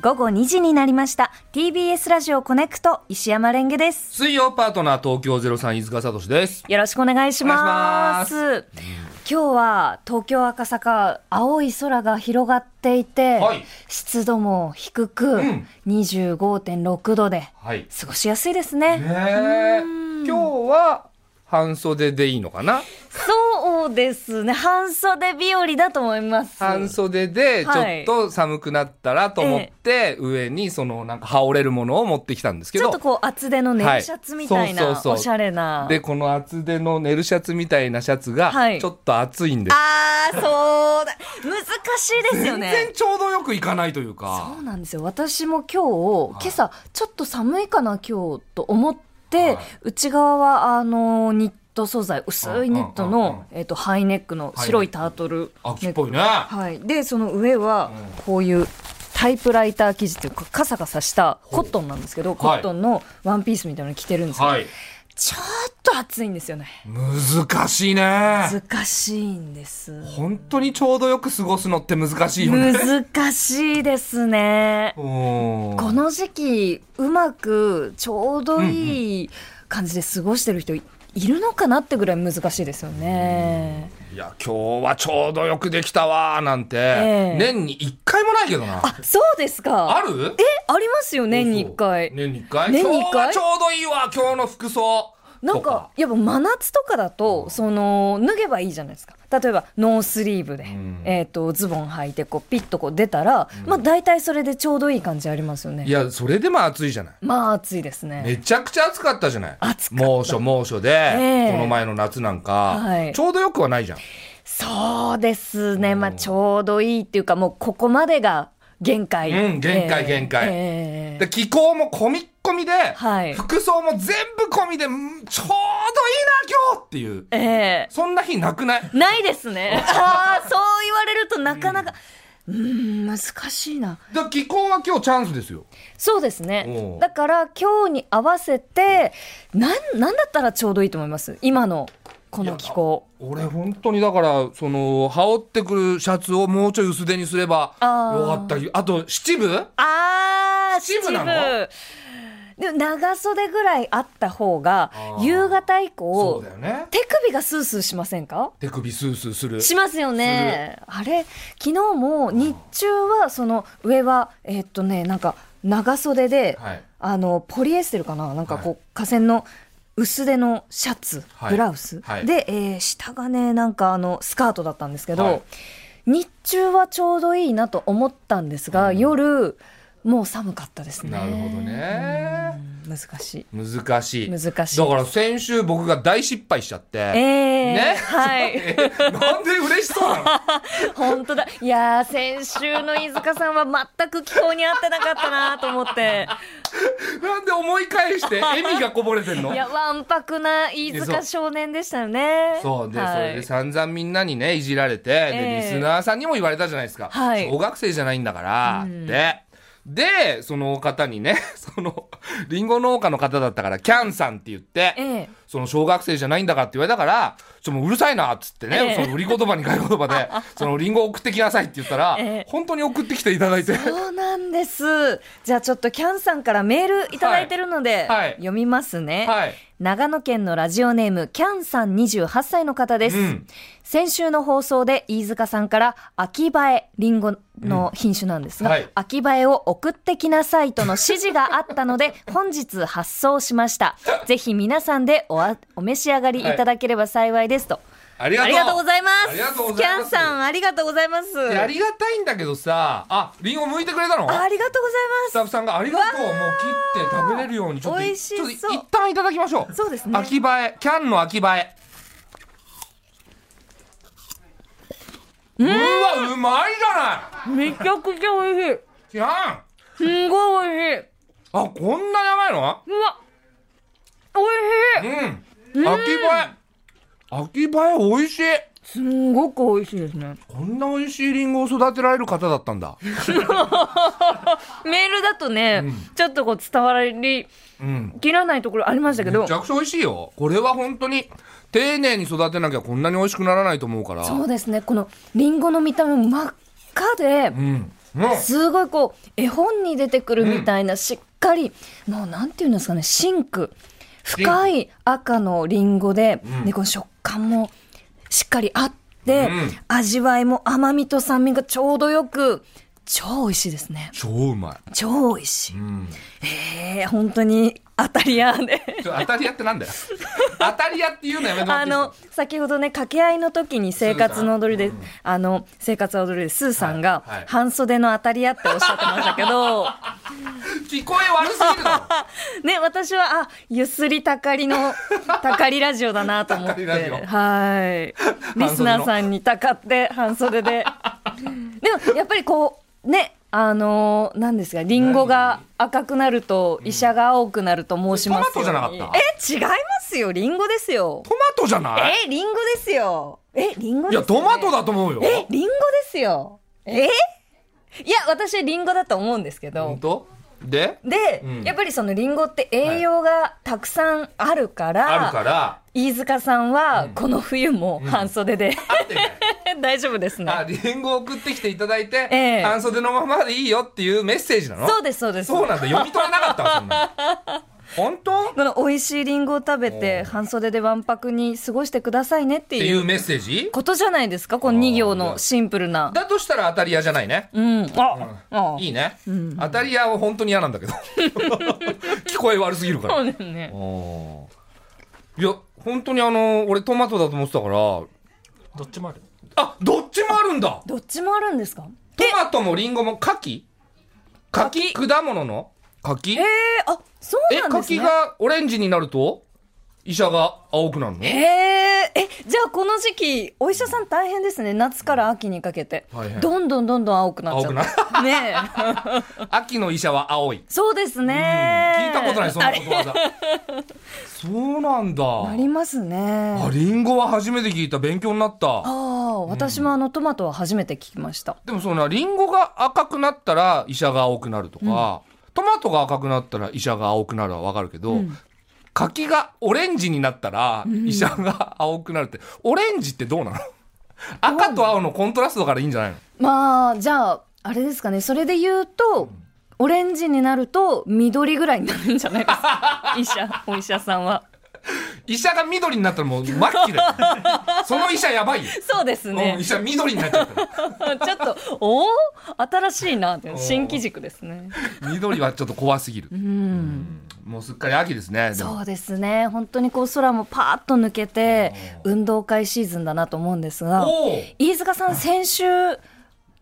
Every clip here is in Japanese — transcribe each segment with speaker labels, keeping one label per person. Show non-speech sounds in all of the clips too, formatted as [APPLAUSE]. Speaker 1: 午後2時になりました TBS ラジオコネクト石山レンゲです
Speaker 2: 水曜パートナー東京ゼロさん飯塚聡です。
Speaker 1: よろしくお願いします
Speaker 2: お
Speaker 1: 今日は東京赤坂青い空が広がっていて、
Speaker 2: はい
Speaker 1: 湿度も低く、
Speaker 2: ん
Speaker 1: 25.6度で
Speaker 2: はい。
Speaker 1: 過ごしやすいですね
Speaker 2: ねえ今日は半袖でいいのかな。
Speaker 1: そうですね半袖日和だと思います
Speaker 2: 半袖でちょ
Speaker 1: はい
Speaker 2: っと寒くなったらと思って上にそのなんか羽織れるものを持ってきたんですけ
Speaker 1: ちょ
Speaker 2: ど
Speaker 1: っと。こう厚手のネイシャツみたいな、
Speaker 2: はいそうそうそう
Speaker 1: おしゃれな
Speaker 2: でこの厚手の寝るシャツみたいなシャツが
Speaker 1: はい
Speaker 2: ちょっと暑いんです。
Speaker 1: あーそうだ難しいですよね
Speaker 2: 全然ちょうどよくいかないというか
Speaker 1: そ。うなんですよ私も今日、今朝ちょっと寒いかな今日と思って、
Speaker 2: はい
Speaker 1: 内側はあのニット素材薄いニット
Speaker 2: うんうんうんうん
Speaker 1: の、えっとハイネックの白いタートル
Speaker 2: 秋
Speaker 1: ネ
Speaker 2: っ
Speaker 1: ック
Speaker 2: ぽいね。
Speaker 1: はい、でその上はこういうタイプライター生地っていうかカサカサしたコットンなんですけどコットンのワンピースみたいなの着てるんですけど、
Speaker 2: はい。
Speaker 1: ちょっと暑いんですよね
Speaker 2: 難しいね。
Speaker 1: 難しいんです
Speaker 2: 本当にちょうどよく過ごすのって難しいよね。
Speaker 1: 難しいですね
Speaker 2: うん
Speaker 1: この時期うまくちょうどいい感じで過ごしてる人いいるのかなってぐらい難しいですよね。
Speaker 2: いや、今日はちょうどよくできたわーなんて、
Speaker 1: ええ
Speaker 2: 年に一回もないけどな。あ
Speaker 1: あそうですか
Speaker 2: る
Speaker 1: えありますよ年に1
Speaker 2: そう
Speaker 1: 回。
Speaker 2: 年に一回
Speaker 1: 年に一回
Speaker 2: 今日はちょうどいいわ今日の服装
Speaker 1: なんかやっぱ真夏とかだとその脱げばいいじゃないですか例えばノースリーブで、
Speaker 2: ん
Speaker 1: えー、とズボン履いてこうピッとこう出たら、まあ大体それでちょうどいい感じありますよ
Speaker 2: い
Speaker 1: ね
Speaker 2: や、それでも暑いじゃない。
Speaker 1: まあ暑いですね
Speaker 2: めちゃくちゃ暑かったじゃない。
Speaker 1: 暑かった
Speaker 2: 猛暑猛暑で、
Speaker 1: え
Speaker 2: この前の夏なんか、
Speaker 1: はい
Speaker 2: ちょうどよくはないじゃん。
Speaker 1: そうですね、まあ、
Speaker 2: うん
Speaker 1: ちょうどいいっていうか、もうここまでが限界。
Speaker 2: うん限界
Speaker 1: えー
Speaker 2: 限界
Speaker 1: えー
Speaker 2: で、気候も込みっ込みで、
Speaker 1: はい
Speaker 2: 服装も全部込みで、うんちょうどいいな今日っていう。
Speaker 1: え
Speaker 2: そんな日なくない
Speaker 1: ーないですね。ああ、そう言われるとなかなか、うーん、難しいな。
Speaker 2: だ気候は今日チャンスですよ。
Speaker 1: そうです
Speaker 2: お
Speaker 1: ね
Speaker 2: う。
Speaker 1: だから今日に合わせて、なん、なんだったらちょうどいいと思います。今の、この気候。
Speaker 2: 俺本当にだからその羽織ってくるシャツをもうちょい薄手にすればよ
Speaker 1: あー
Speaker 2: かったりあと七分
Speaker 1: あー、
Speaker 2: 七分なの
Speaker 1: でも長袖ぐらいあった方が
Speaker 2: あ、ー
Speaker 1: 夕方以
Speaker 2: そう
Speaker 1: 降
Speaker 2: だ、よね
Speaker 1: 手首がスースーしませんか
Speaker 2: 手首スースーする
Speaker 1: しますよね。あれ、昨日も日中は、その上は、えーっとね、なんか長袖で、
Speaker 2: はい
Speaker 1: あの、ポリエステルかななんかこう、河川の薄手のシャツ、
Speaker 2: はい
Speaker 1: ブラウス。
Speaker 2: はい
Speaker 1: で、えー下がね、なんかあの、スカートだったんですけど、
Speaker 2: はい
Speaker 1: 日中はちょうどいいなと思ったんですが、夜、もう寒かったですね。
Speaker 2: なるほどね
Speaker 1: うん。難し
Speaker 2: 難しい
Speaker 1: い。難しい。
Speaker 2: だから先週僕が大失敗しちゃって
Speaker 1: えー、
Speaker 2: ね
Speaker 1: はい。
Speaker 2: [LAUGHS] なんで嬉しそうなの
Speaker 1: 本当だいやー先週の飯塚さんは全く気候に合ってなかったなと思
Speaker 2: [LAUGHS]
Speaker 1: って
Speaker 2: なんで思い返して笑みがこぼれてんの
Speaker 1: いやわんぱくな飯塚少年でしたよね
Speaker 2: そうで、
Speaker 1: はい
Speaker 2: それで散々みんなにねいじられて、
Speaker 1: ええ
Speaker 2: でリスナーさんにも言われたじゃないですか、
Speaker 1: はい
Speaker 2: 小学生じゃないんだから、
Speaker 1: うん
Speaker 2: ででその方にね [LAUGHS] そのりんご農家の方だったからキャンさんって言って、
Speaker 1: ええ
Speaker 2: その小学生じゃないんだからって言われたからちょっともううるさいなっつって
Speaker 1: え
Speaker 2: ね、
Speaker 1: え
Speaker 2: その売り言葉に買い言
Speaker 1: [LAUGHS]
Speaker 2: 葉でそのりんご送ってきなさいって言ったら、
Speaker 1: ええ
Speaker 2: 本当に送ってきていただいて
Speaker 1: そうなんですじゃあちょっとキャンさんからメールいただいてるので、
Speaker 2: はいはい
Speaker 1: 読みますね、
Speaker 2: はい
Speaker 1: 長野県のラジオネームキャンさん28歳の方です、
Speaker 2: うん
Speaker 1: 先週の放送で飯塚さんから秋映えりんごの品種なんですが、
Speaker 2: うんはい
Speaker 1: 秋映えを送ってきなさいとの指示があったの
Speaker 2: [LAUGHS]
Speaker 1: で本日発送しましたぜひ皆さんでおわお召し上がりいただければ幸いですと、
Speaker 2: ありが
Speaker 1: あ
Speaker 2: とう
Speaker 1: りがとうございま
Speaker 2: あ
Speaker 1: す
Speaker 2: りがとうご
Speaker 1: キ
Speaker 2: ざい
Speaker 1: ャ
Speaker 2: ま
Speaker 1: ン
Speaker 2: す
Speaker 1: さんありがとうございます
Speaker 2: いやありがたいんだけどさありんご剥いてくれたの
Speaker 1: あありがとうござい
Speaker 2: スタッフさんがありがとうもう切って食べれるようにちょっと
Speaker 1: 美味し
Speaker 2: ち
Speaker 1: そ
Speaker 2: ょ
Speaker 1: う
Speaker 2: っと一旦いただきましょう
Speaker 1: そうですね
Speaker 2: 秋映えキャンの秋映えうわうまいじゃ
Speaker 1: ますめちゃくちゃ美味しい
Speaker 2: ないキャン
Speaker 1: すごい美味しい
Speaker 2: あこんなに甘いの
Speaker 1: うわ美味しい
Speaker 2: うん秋映え秋映え美味しい
Speaker 1: すごく美味しいですね
Speaker 2: こんな美味しいリンゴを育てられる方だったんだ
Speaker 1: メールだとね、ちょっとこう伝わり
Speaker 2: うん
Speaker 1: きらないところありましたけど
Speaker 2: めちゃくちゃ美味しいよこれは本当に丁寧に育てなきゃこんなに美味しくならないと思うから
Speaker 1: そうですねこのりんごの見た目も真っ赤で、
Speaker 2: うんうん
Speaker 1: すごいこう絵本に出てくるみたいな、しっかりもうなんていうんですかねシンク深い赤のリンゴで,、
Speaker 2: うん
Speaker 1: でこの食感もしっかりあって、
Speaker 2: うん
Speaker 1: 味わいも甘みと酸味がちょうどよく超美味しいですね
Speaker 2: 超うま
Speaker 1: 超美味しい
Speaker 2: い。うん。
Speaker 1: えー、本当に当たり屋で。
Speaker 2: ちょ当たり屋ってなん
Speaker 1: [LAUGHS]
Speaker 2: だよ。当たり屋って言うのやめてもら
Speaker 1: あ
Speaker 2: っていいです
Speaker 1: の
Speaker 2: か。
Speaker 1: 先ほどね掛け合いの時に生活の踊りで、
Speaker 2: スーさんうん
Speaker 1: あの生活の踊りでスーさんが
Speaker 2: はいはい
Speaker 1: 半袖の当たり屋っておっしゃってましたけ
Speaker 2: [LAUGHS]
Speaker 1: ど、
Speaker 2: 聞こえ悪すぎるだろ。
Speaker 1: ね私はあゆすりたかりのたかりラジオだなと思ったて
Speaker 2: かりラジオ
Speaker 1: はいリスナーさんにたかって半袖
Speaker 2: [LAUGHS]
Speaker 1: ででもやっぱりこうねあのなんですかリンゴが赤くなると医者が青くなると申しますように
Speaker 2: トマトじゃなか
Speaker 1: え違いますよリンゴですよ
Speaker 2: トマトじゃない。
Speaker 1: え、リンゴですよ。え、リンゴ
Speaker 2: い
Speaker 1: ですよ、
Speaker 2: や、
Speaker 1: ね。
Speaker 2: トマト。だと思うよ。
Speaker 1: え、リンゴですよ。えいや、私はリンゴだと思うんですけ
Speaker 2: 本
Speaker 1: ど。
Speaker 2: 当で
Speaker 1: で、
Speaker 2: うん
Speaker 1: やっぱりそのリンゴって栄養がたくさんあるから、
Speaker 2: あるから。
Speaker 1: 飯塚さんはこの冬も半袖で、 [LAUGHS]
Speaker 2: 合ってんだよ
Speaker 1: 大丈夫ですね
Speaker 2: あ、。リンゴを送ってきていただい
Speaker 1: え
Speaker 2: て、
Speaker 1: え
Speaker 2: 半袖のままでいいよっていうメッセージなの
Speaker 1: そうです、そうです。
Speaker 2: そうなんだ。読み取れなかったわ、そんなの。
Speaker 1: [LAUGHS]
Speaker 2: 本当っ
Speaker 1: この美味しいリンゴを食べ
Speaker 2: お
Speaker 1: て
Speaker 2: う
Speaker 1: 半袖でわんぱくに過ごしてくださいねって
Speaker 2: て
Speaker 1: い
Speaker 2: いう
Speaker 1: う
Speaker 2: メッセージ
Speaker 1: ことじゃないですかこの2行のシンプルな。
Speaker 2: だとしたら当たり屋じゃないね。
Speaker 1: うん。あ、あ
Speaker 2: いいね。当たり屋は本当に嫌なんだけ
Speaker 1: [LAUGHS]
Speaker 2: ど。聞こえ悪すぎるから。
Speaker 1: そうですね。
Speaker 2: ああいや本当にあの俺トマトだと思ってたから
Speaker 3: どっちもある
Speaker 2: あどっちもあるんだ
Speaker 1: どっちもあるんですか
Speaker 2: トマトもリンゴも柿柿果物の柿
Speaker 1: えー、あそうなんです
Speaker 2: 柿
Speaker 1: ね。
Speaker 2: がオレンジになると医者が青くなるの
Speaker 1: へえ、え、じゃあこの時期、お医者さん大変ですね。夏から秋にかけて
Speaker 2: 大変。
Speaker 1: どんどんどんどん青くなっちゃう。
Speaker 2: 青
Speaker 1: ね
Speaker 2: [LAUGHS]
Speaker 1: え。
Speaker 2: 秋の医者は青い
Speaker 1: そうですね。
Speaker 2: 聞いたことないそんな
Speaker 1: あれ
Speaker 2: こ
Speaker 1: [LAUGHS]
Speaker 2: とわざそうなんだ
Speaker 1: ありますね。
Speaker 2: あリンゴは初めて聞いた勉強になった
Speaker 1: ああ、私もあのトマトは初めて聞きました。
Speaker 2: でもそのリンゴが赤くなったら医者が青くなるとか、トマトが赤くなったら医者が青くなるはわかるけど、柿がオレンジになったら医者が青くなるって、オレンジってどうなの赤と青のコントラストだからいいんじゃないの
Speaker 1: まあ、じゃあ、あれですかね。それで言うと、オレンジになると緑ぐらいになるんじゃないです
Speaker 2: [LAUGHS]
Speaker 1: か。医者、お医者さんは。
Speaker 2: 医者が緑になったらもう末期だよ
Speaker 1: [LAUGHS]
Speaker 2: その医者やばいよ、
Speaker 1: そうです
Speaker 2: う
Speaker 1: ね
Speaker 2: ん医。者緑になっちゃったら
Speaker 1: [LAUGHS] ちょっと、おお新しいなって、新機軸ですね。
Speaker 2: 緑はちょっと怖すぎる、
Speaker 1: うん。
Speaker 2: もうすっかり秋ですねでも
Speaker 1: そうですね。本当にこう空もパーッと抜けて、運動会シーズンだなと思うんですが、
Speaker 2: おお
Speaker 1: 飯塚さん先週、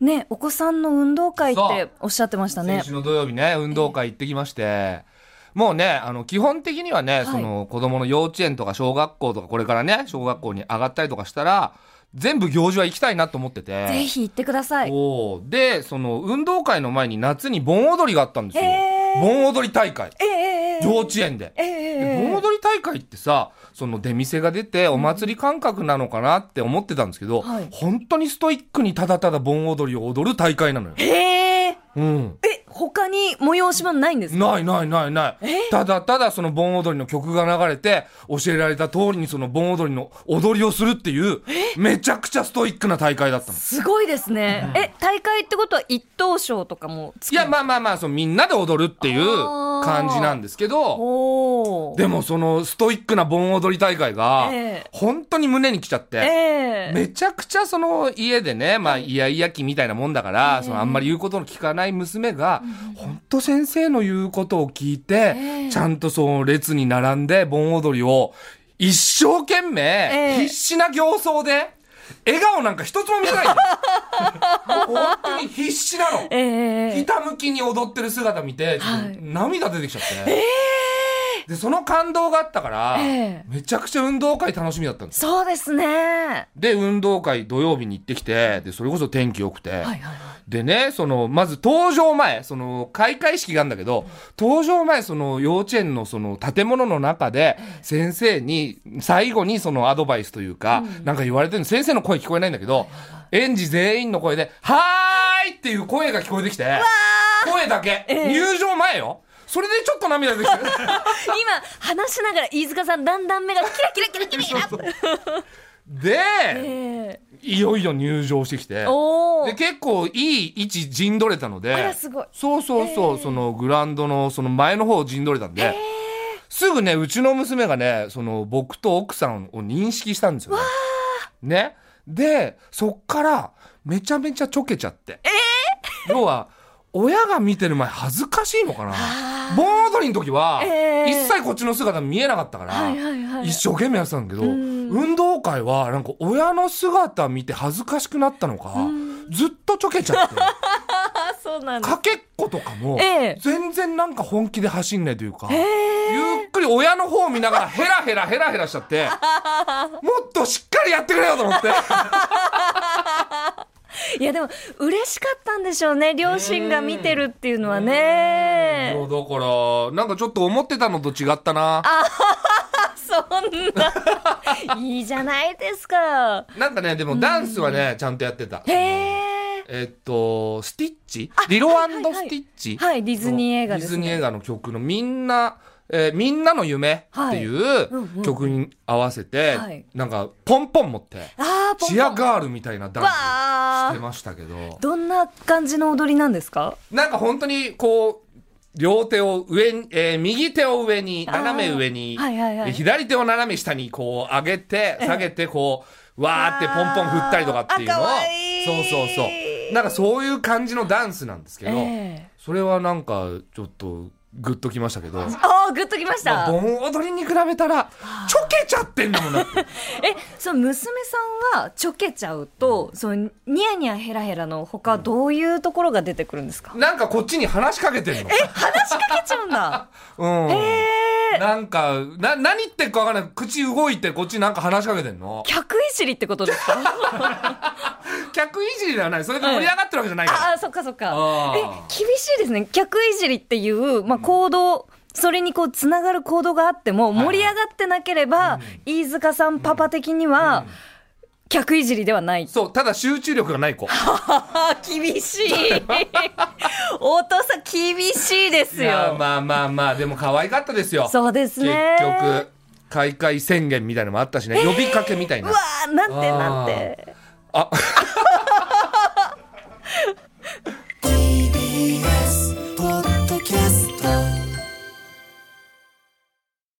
Speaker 1: ね、お子さんの運動会っ
Speaker 2: そう
Speaker 1: ておっしゃってましたね
Speaker 2: 先週。の土曜日ね運動会行ってきましてもうねあの基本的にはね、
Speaker 1: い
Speaker 2: その子供の幼稚園とか小学校とかこれからね小学校に上がったりとかしたら全部行事は行きたいなと思ってて
Speaker 1: ぜひ行ってください。
Speaker 2: おーでその運動会の前に夏に盆踊りがあったんですよ、
Speaker 1: へー
Speaker 2: 盆踊り大会
Speaker 1: えええ
Speaker 2: 幼稚園で。
Speaker 1: ええ
Speaker 2: で
Speaker 1: ええ
Speaker 2: 盆踊り大会ってさその出店が出てお祭り感覚なのかなって思ってたんですけど、
Speaker 1: はい
Speaker 2: 本当にストイックにただただ盆踊りを踊る大会なのよ。
Speaker 1: えええ
Speaker 2: うん、
Speaker 1: え、他に催し物ないんですか
Speaker 2: ないないないない。ただただその盆踊りの曲が流れて、教えられた通りにその盆踊りの踊りをするっていう、めちゃくちゃストイックな大会だったの。
Speaker 1: すごいですね。え、大会ってことは一等賞とかもつ
Speaker 2: い
Speaker 1: く
Speaker 2: や、まあまあまあ、そのみんなで踊るっていう
Speaker 1: あー
Speaker 2: 感じなんですけど、
Speaker 1: おお。
Speaker 2: でもそのストイックな盆踊り大会が
Speaker 1: ええ、
Speaker 2: 本当に胸に来ちゃって、
Speaker 1: ええ
Speaker 2: めちゃくちゃその家でね、まあ、イヤイヤ期みたいなもんだから、そのあんまり言うことの聞かない娘が、本当先生の言うことを聞いて、ちゃんとその列に並んで盆踊りを一生懸命
Speaker 1: え、え
Speaker 2: 必死な形相で、笑顔なんか一つも見せないの [LAUGHS] もう本当に必死なの。
Speaker 1: ええ
Speaker 2: ひたむきに踊ってる姿見て、ちょっと
Speaker 1: はい
Speaker 2: 涙出てきちゃって。で、その感動があったから、
Speaker 1: ええ
Speaker 2: めちゃくちゃ運動会楽しみだったんですよ
Speaker 1: そうですね。
Speaker 2: で、運動会土曜日に行ってきて、で、それこそ天気良くて。
Speaker 1: はいはいはい。
Speaker 2: でね、その、まず登場前、その、開会式があるんだけど、登場前、その、幼稚園のその、建物の中で、先生に、最後にその、アドバイスというか、なんか言われてるの、先生の声聞こえないんだけど、園児全員の声で、はーいっていう声が聞こえてきて、声だけ、入場前よ。それでちょっと涙出て [LAUGHS] きて。
Speaker 1: [LAUGHS] 今話しながら飯塚さんだんだん目がキラキラキラキラって
Speaker 2: で、
Speaker 1: え
Speaker 2: いよいよ入場してきて
Speaker 1: え。お
Speaker 2: で、
Speaker 1: ー。
Speaker 2: 結構いい位置陣取れたの
Speaker 1: あら、
Speaker 2: で、
Speaker 1: すごい。
Speaker 2: そうそうそう、そのグラウンドのその前の方を陣取れたんで、すぐね、うちの娘がね、その僕と奥さんを認識したんですよね。ね。で、そっからめちゃめちゃちょけちゃって。要は、親が見てる前恥ずかしいのかな
Speaker 1: あー
Speaker 2: 盆踊りの時は、
Speaker 1: えー
Speaker 2: 一切こっちの姿見えなかったから、
Speaker 1: はいはいはい。
Speaker 2: 一生懸命やってたんだけど、
Speaker 1: うん
Speaker 2: 運動会はなんか親の姿見て恥ずかしくなったのか、
Speaker 1: うん
Speaker 2: ずっとちょけち
Speaker 1: [LAUGHS]
Speaker 2: ゃって
Speaker 1: あ、そうなんだ。
Speaker 2: かけっことかも、
Speaker 1: ええ
Speaker 2: 全然なんか本気で走んないというか、
Speaker 1: ええ
Speaker 2: ゆっくり親の方見ながらヘラヘラヘラヘラしちゃって
Speaker 1: [LAUGHS]
Speaker 2: もっとしっかりやってくれよと思って
Speaker 1: いやでも嬉しかったんでしょうね両親が見てるっていうのはね
Speaker 2: いやだからなんかちょっと思ってたのと違ったな
Speaker 1: そんな
Speaker 2: [LAUGHS]
Speaker 1: いいじゃないですか
Speaker 2: なんかねでもダンスはね、ちゃんとやってた
Speaker 1: へえ
Speaker 2: えっと、スティッチリロ
Speaker 1: はいはいはい
Speaker 2: スティッチ
Speaker 1: はいディズニー映画です
Speaker 2: ディズニー
Speaker 1: ね
Speaker 2: 映画の曲のみんな、えーみんなの夢って
Speaker 1: うん
Speaker 2: い
Speaker 1: うん
Speaker 2: う曲に合わせて、
Speaker 1: はい
Speaker 2: なんかポンポン持って、
Speaker 1: ああポン
Speaker 2: チア
Speaker 1: ポン
Speaker 2: ガールみたいなダンス
Speaker 1: わー
Speaker 2: してましたけど、
Speaker 1: どんな感じの踊りなんですか
Speaker 2: なんか本当にこう、両手を上に、えー右手を上に、
Speaker 1: あー
Speaker 2: 斜め上に、
Speaker 1: はいはいはい
Speaker 2: で左手を斜め下にこう上げて、下げてこう、わーってポンポン振ったりとかっていうのを
Speaker 1: あーかわいい、
Speaker 2: そうそうそう。なんかそういう感じのダンスなんですけど、
Speaker 1: ええ
Speaker 2: それはなんかちょっとグッときましたけど。
Speaker 1: ああグッときまし
Speaker 2: まあ
Speaker 1: た
Speaker 2: 盆踊りに比べたらちょけちゃってんだもん [LAUGHS] な
Speaker 1: [LAUGHS] えその娘さんはちょけちゃうとそのニヤニヤヘラヘラのほかどういうところが出てくるんですか
Speaker 2: なんかこっちに話しかけてんの
Speaker 1: 話しかけちゃうんだ
Speaker 2: うん、
Speaker 1: ええ
Speaker 2: なんかな何言ってるか分からない口動いてこっちになんか話しかけてんの
Speaker 1: [LAUGHS] 客いじりってこと [LAUGHS] ですか
Speaker 2: 客いじりではないそれで盛り上がってるわけじゃないから、
Speaker 1: ああそっかそっか
Speaker 2: あ
Speaker 1: え
Speaker 2: ー
Speaker 1: 厳しいですね客いじりっていう、まあ、行動、それにこうつながる行動があっても
Speaker 2: い
Speaker 1: 盛り上がってなければ、飯塚さんパパ的には、客いじりではない
Speaker 2: そうただ集中力がない子
Speaker 1: [LAUGHS] あ厳しい [LAUGHS] お父さん厳しいです
Speaker 2: いや
Speaker 1: よ、
Speaker 2: まあまあまあでも可愛かったですよ
Speaker 1: そうですね
Speaker 2: 結局開会宣言みたいなのもあったしね、呼びかけみたいな
Speaker 1: うわーなんて
Speaker 2: あー
Speaker 1: なんて
Speaker 2: あ